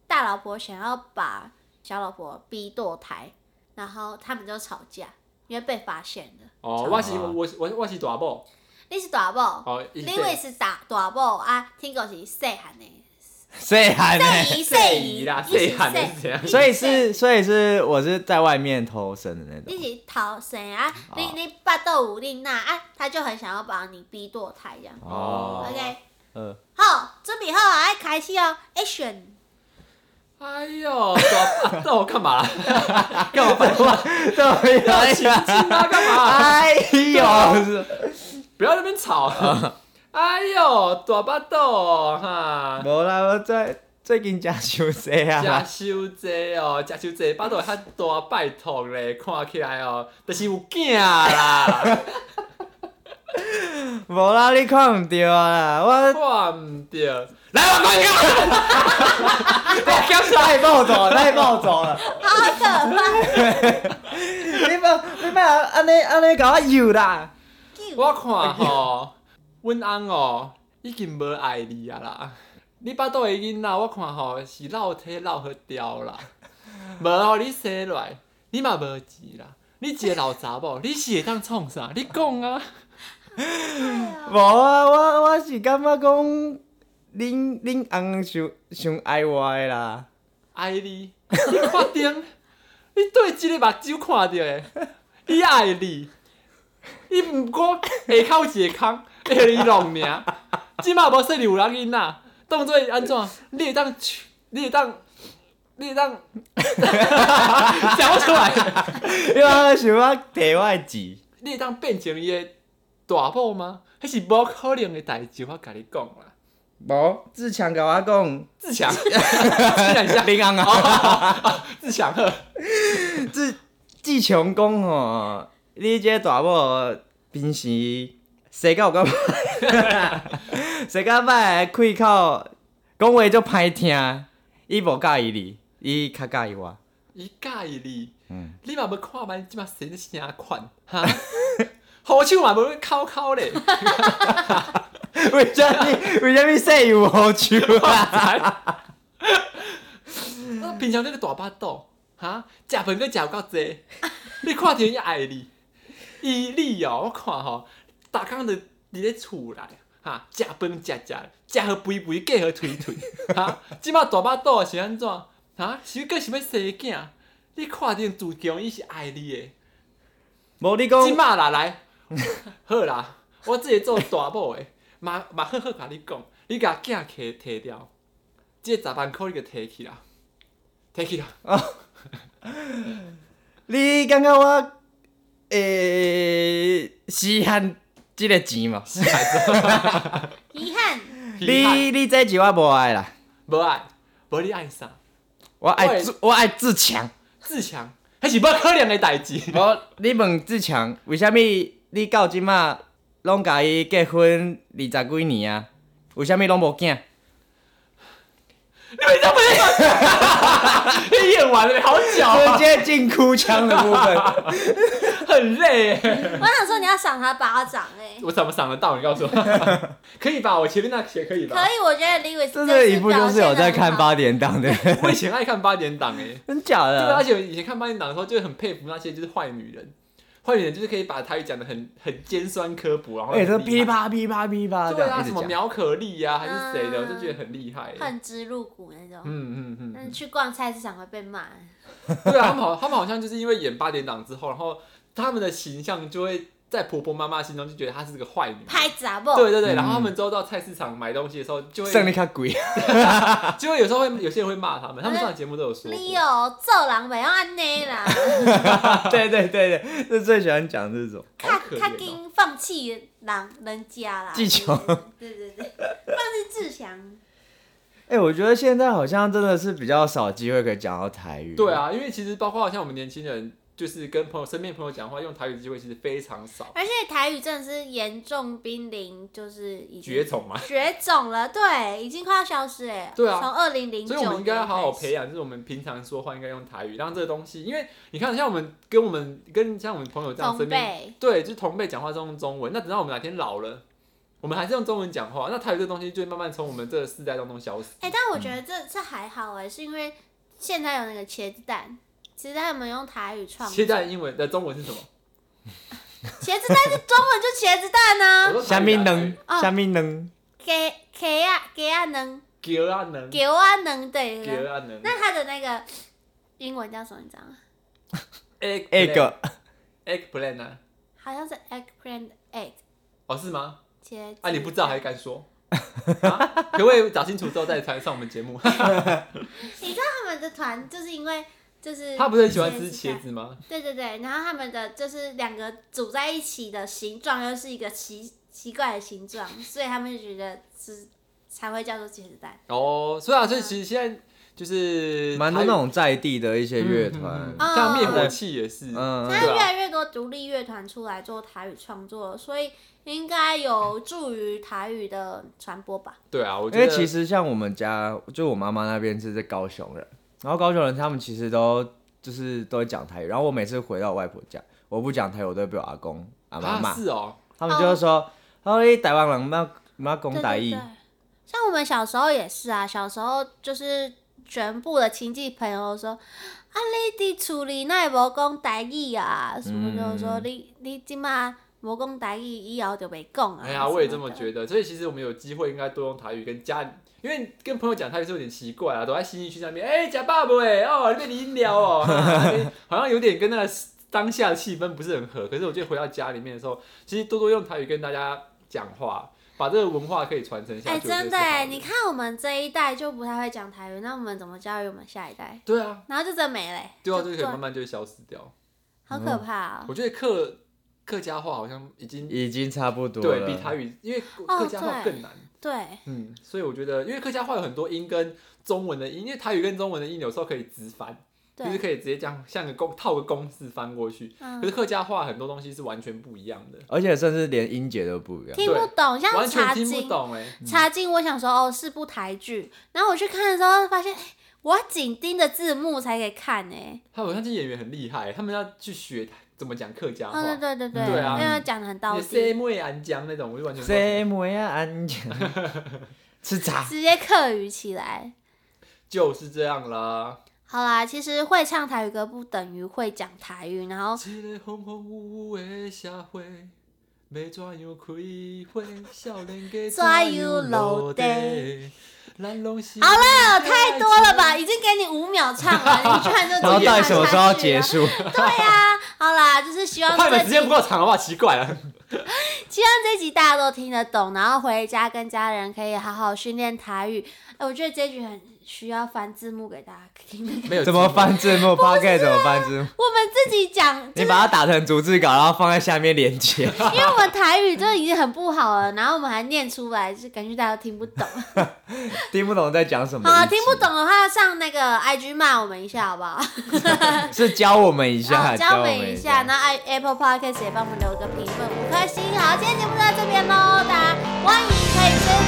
S1: 大老婆想要把小老婆逼堕胎，然后他们就吵架，因为被发现了。
S2: 哦，我是我我我是大宝，
S1: 你是大宝。
S2: 哦，一
S1: 你为是大大某啊，听讲是细汉的，
S3: 细汉的，
S1: 细姨
S2: 岁
S1: 姨
S2: 姨啦，
S1: 你是
S2: 岁喊的是怎 样？
S3: 所以是所以是我是在外面偷生的那种。
S1: 你是头生啊，你
S3: 哦
S1: 你巴豆有恁那啊，他就很想要把你逼堕胎这样。
S3: 哦，
S1: OK，
S3: 呃，
S1: 好，准备好啊，要开始哦，Action！
S2: 哎呦，大那我干 嘛啦？干嘛反
S3: 对
S2: 要情境啊？干嘛、
S3: 哎呦，
S2: 不要在那边 吵。哎呦，大巴肚哦 哈，
S3: 无啦，我最最近食伤济
S2: 食
S3: 啊。
S2: 伤济哦，食伤济，巴肚较大，拜托咧，看起来哦，就是有囝 啦，
S3: 无啦，你看毋对啊啦，我
S2: 看毋着。来，我帮你看。我讲啥？
S3: 太暴走，太暴走了。
S1: 好可怕，
S3: 你莫你莫安尼安尼甲我摇啦。
S2: 我看吼，阮翁哦，已经无爱你啊啦。你巴肚的囡仔，我看吼是老体老去掉啦。无哦，你生下来，你嘛无钱啦。你一个老查某，你是会当创啥？你讲啊！
S3: 无啊，我我是感觉讲，恁恁翁伤伤爱我的啦。
S2: 爱你，你看定，你对即个目睭看到的，伊爱你，伊毋过下口有一个空，会互你弄尔。即马无说你有人囡仔，当做安怎？你会当娶，你会当，你会当，讲不出来。
S3: 你我想要摕我的钱，
S2: 你会当变成伊的大某吗？迄是无可能的代志，我甲你讲啦。
S3: 无志强甲我讲，
S2: 自强，自强一下，
S3: 林昂啊，
S2: 自强呵，
S3: 志志强讲吼，你这大某平时生到有够歹， 生到歹，开口讲话足歹听，伊无介意你，伊较介意我。
S2: 伊介意你，
S3: 嗯
S2: 你嘛要看卖，即嘛谁的啥款？哈， 好笑嘛，无哭哭咧，
S3: 为什么？ 为什么说有好笑啊？
S2: 我平常这个大巴肚，哈，食饭个食有够济， 你看着伊爱你，伊你哦，我看吼、逐工就伫咧厝内，哈，食饭食食，食好肥肥，嫁好推推， 哈，即摆大巴肚是安怎？哈，是个是要生囝？你看着自强伊是爱你的。
S3: 无你讲
S2: 即马啦来，好啦，我即个做大某的， 嘛嘛好好甲你讲，你甲囝摕摕掉，即、个十万箍你就摕去啦，摕去啦，
S3: 你感觉我诶稀罕即个钱无？
S1: 遗憾，
S2: 遗憾
S3: 你你这钱我无爱啦，
S2: 无爱，无你爱啥？
S3: 我爱
S2: 我
S3: 自我爱自强。
S2: 自强，迄是无可能的代志。
S3: 无你问自强，为虾米你到即马拢甲伊结婚二十几年啊？为虾米拢无囝？
S2: 你们怎么样？ 你演完了，好久、
S3: 直
S2: 啊，
S3: 接进哭腔的部分。
S2: 很累耶。
S1: 我想说你要赏他巴掌 哎、
S2: 我怎么想得到？你告诉我， 可以吧？我前面那写可以吧？
S1: 可以，我觉得 Lewis
S3: 这这一部就是有在看
S1: 巴，
S3: 八点档的，
S2: 我以前爱看八点档诶。
S3: 真假的
S2: 对，
S3: 啊
S2: 而？且以前看八点档的时候，就很佩服那些就是坏女人，坏女人就是可以把台语讲的很很尖酸刻薄，然后
S3: 哎、这
S2: 很
S3: 噼
S2: 厉
S3: 里
S2: 害。
S3: 啪啦噼里啪啦噼里啪啦这
S2: 对
S3: 样
S2: 啊，
S3: 一直
S2: 什么
S3: 讲。
S2: 苗可丽呀、啊，还是谁的，
S1: 嗯
S2: 我就觉得很厉害。
S1: 恨之入骨那种。
S2: 嗯嗯
S1: 但
S2: 嗯，
S1: 是去逛菜市场会被骂，
S2: 对啊，他们好，他们好像就是因为演八点档之后，然后他们的形象就会在婆婆妈妈心中就觉得她是个坏女人。
S1: 拍杂不？
S2: 对对
S3: 嗯
S2: 对，然后他们之后到菜市场买东西的时候，就
S3: 胜利
S2: 会
S3: 较贵，
S2: 就会有时候会有些人会骂他们，他们上节目都有说过。
S1: 你哦，做人袂用安尼 啦，
S3: 哦对对对对，是最喜欢讲这种。
S2: 好
S1: 较
S2: 可
S1: 较
S2: 怜哦。
S1: 紧放弃人人家啦。
S3: 自强
S1: 对，对对对，放弃自强。
S3: 哎、我觉得现在好像真的是比较少机会可以讲到台语。
S2: 对，啊，因为其实包括像我们年轻人，就是跟朋友身边朋友讲话用台语的机会其实非常少，
S1: 而且台语真的是严重濒临，就是已经
S2: 绝种嘛。
S1: 绝种了，对，已经快要消失哎。
S2: 啊对啊
S1: 从二零零九，
S2: 所以我们应该要好好培。养，就是我们平常说话应该用台语，让这个东西，因为你看，像我们跟我们跟像我们朋友这样
S1: 同
S2: 身边，
S1: 辈，
S2: 对，就是同辈讲话是用中文，那等到我们哪天老了，我们还是用中文讲话，那台语这个东西就会慢慢从我们这个世代当中消失。
S1: 哎、但我
S2: 嗯
S1: 觉得这这还好哎，是因为现在有那个茄子蛋，其实他们用台语创作，
S2: 现在英文的中文是什么？
S1: 茄子蛋是中文就茄子蛋
S2: 我
S1: 呢、
S2: 说
S3: 虾
S2: 台语
S3: 米
S2: 啊
S3: 能，
S1: 哦
S3: 虾米能，
S1: 给给啊给啊能
S2: 给啊能，
S1: 给啊能对
S2: 给啊能
S1: 那它的那个英文叫什么？你知道吗？
S2: ，egg
S3: 哎个
S2: egg plan 啊？
S1: 好像是 eggplant egg
S2: 哦，是吗？
S1: 茄子
S2: 啊，你不知道还敢说？啊可不可以找清楚之后再传上我们节 目？
S1: 他们的团就是因为就是
S2: 他不是很喜欢吃茄
S1: 蛋，
S2: 子吗？
S1: 对对对，然后他们的就是两个组在一起的形状又是一个奇奇怪的形状，所以他们就觉得是才会叫做茄子蛋。
S2: 哦，所以啊，所以其实现在就是
S3: 蛮多那
S2: 台
S3: 种在地的一些
S2: 语
S3: 乐
S2: 嗯
S3: 团
S2: 嗯，
S1: 哦
S2: 嗯像灭火器也是，
S3: 嗯，
S1: 现
S2: 对
S1: 在越来
S2: 啊
S1: 越多独立乐团出来做台语创作，所以应该有助于台语的传播吧。
S2: 对啊，我
S3: 因
S2: 觉
S3: 为
S2: 得
S3: 其实像我们家，就我妈妈那边是在高雄人，然后高雄人他们其实都就是都会讲台语，然后我每次回到我外婆家，我不讲台语，我都会被我阿公阿妈骂
S2: 啊，是哦，
S3: 他们就会说，他说你台湾人妈妈讲台
S1: 对
S3: 语
S1: 对，对像我们小时候也是啊，小时候就是全部的亲戚朋友说，啊，你伫厝里那无讲台语啊，什么就是说、
S3: 嗯
S1: 你你即马无讲台语，以后就袂讲啊。
S2: 哎呀，我也这么
S1: 得。
S2: 觉得。所以其实我们有机会应该多用台语跟家里，因为跟朋友讲台语是有点奇怪啊，都在新义区那边，哎，假爸爸哎，哦，你被你聊哦， 哈好像有点跟那个当下的气氛不是很合。可是我觉得回到家里面的时候，其实多多用台语跟大家讲话，把这个文化可以传承下
S1: 哎、
S2: 去。我觉得
S1: 真
S2: 是
S1: 的
S2: 好
S1: 哎，你看我们这一代就不太会讲台语，那我们怎么教育我们下一代？
S2: 对啊，
S1: 然后就真没嘞、
S2: 对啊，就
S1: 就
S2: 可以慢慢就会消失掉。
S1: 好可怕哦、
S2: 我觉得客客家话好像已经
S3: 已经差不多
S2: 对
S3: 了。
S2: 比台语，因为
S1: 哦
S2: 客家话更难。
S1: 对，
S2: 嗯，所以我觉得，因为客家话有很多音跟中文的音，因为台语跟中文的音有时候可以直翻，就是
S1: 对，
S2: 可以直接这样像个公套个公式翻过去。可
S1: 嗯，
S2: 是客家话很多东西是完全不一样的，
S3: 而且甚至连音节都不一样。
S1: 听不懂，像
S2: 完
S1: 茶
S2: 全听
S1: 经
S2: 不，懂哎、
S1: 茶经，我想说哦是部台剧，然后我去看的时候发现，哎我要紧盯着字幕才可以看哎。
S2: 他们那些演员很厉害，他们要去学怎么讲客家话。
S1: 哦，对对对对，
S2: 对啊
S1: 因为他讲的很到
S2: 你
S1: 底，
S2: C 妹安江那种，我就完全不知道
S3: 这么样安全， 吃炸。
S1: 直接客语起来。
S2: 就是这样 啦。
S1: 好啦，其实会唱台语歌不等于会讲台语，然后
S2: 一个风风雨雨的社会，要怎样开花？少年家
S1: 怎样落地？
S2: 咱拢是
S1: 好
S2: 啊了
S1: 太多了吧，已经给你五秒唱 完，你居然就直接
S3: 然后到底什么时候要结
S1: 唱下去
S3: 束？
S1: 了？对呀、好啦，就是希
S2: 我
S1: 望
S2: 怕你
S1: 这
S2: 们时
S1: 集
S2: 间不够长的话，奇怪了。
S1: 希望这集大家都听得懂，然后回家跟家人可以好好训练台语。哎、我觉得这局很需要翻字幕给大家听。
S2: 没有
S3: 怎么翻字 幕 p o c k e t 怎么翻字幕？
S1: 我们自己 讲，
S3: 你把它打成逐字稿，然后放在下面连接。
S1: 因为我们台语就已经很不好了，然后我们还念出来，就感觉大家都听不 懂。
S3: 听不懂在讲什么。
S1: 好了，啊听不懂的话上那个 IG 骂我们一下好不好？
S3: 是教我们一下，
S1: 好， 哦教我
S3: 我
S1: 们一下，。那 i Apple Podcast 也帮我们留个评论五颗星。好，今天节目就到这边喽，大家欢迎可以追
S3: 哦
S1: 啊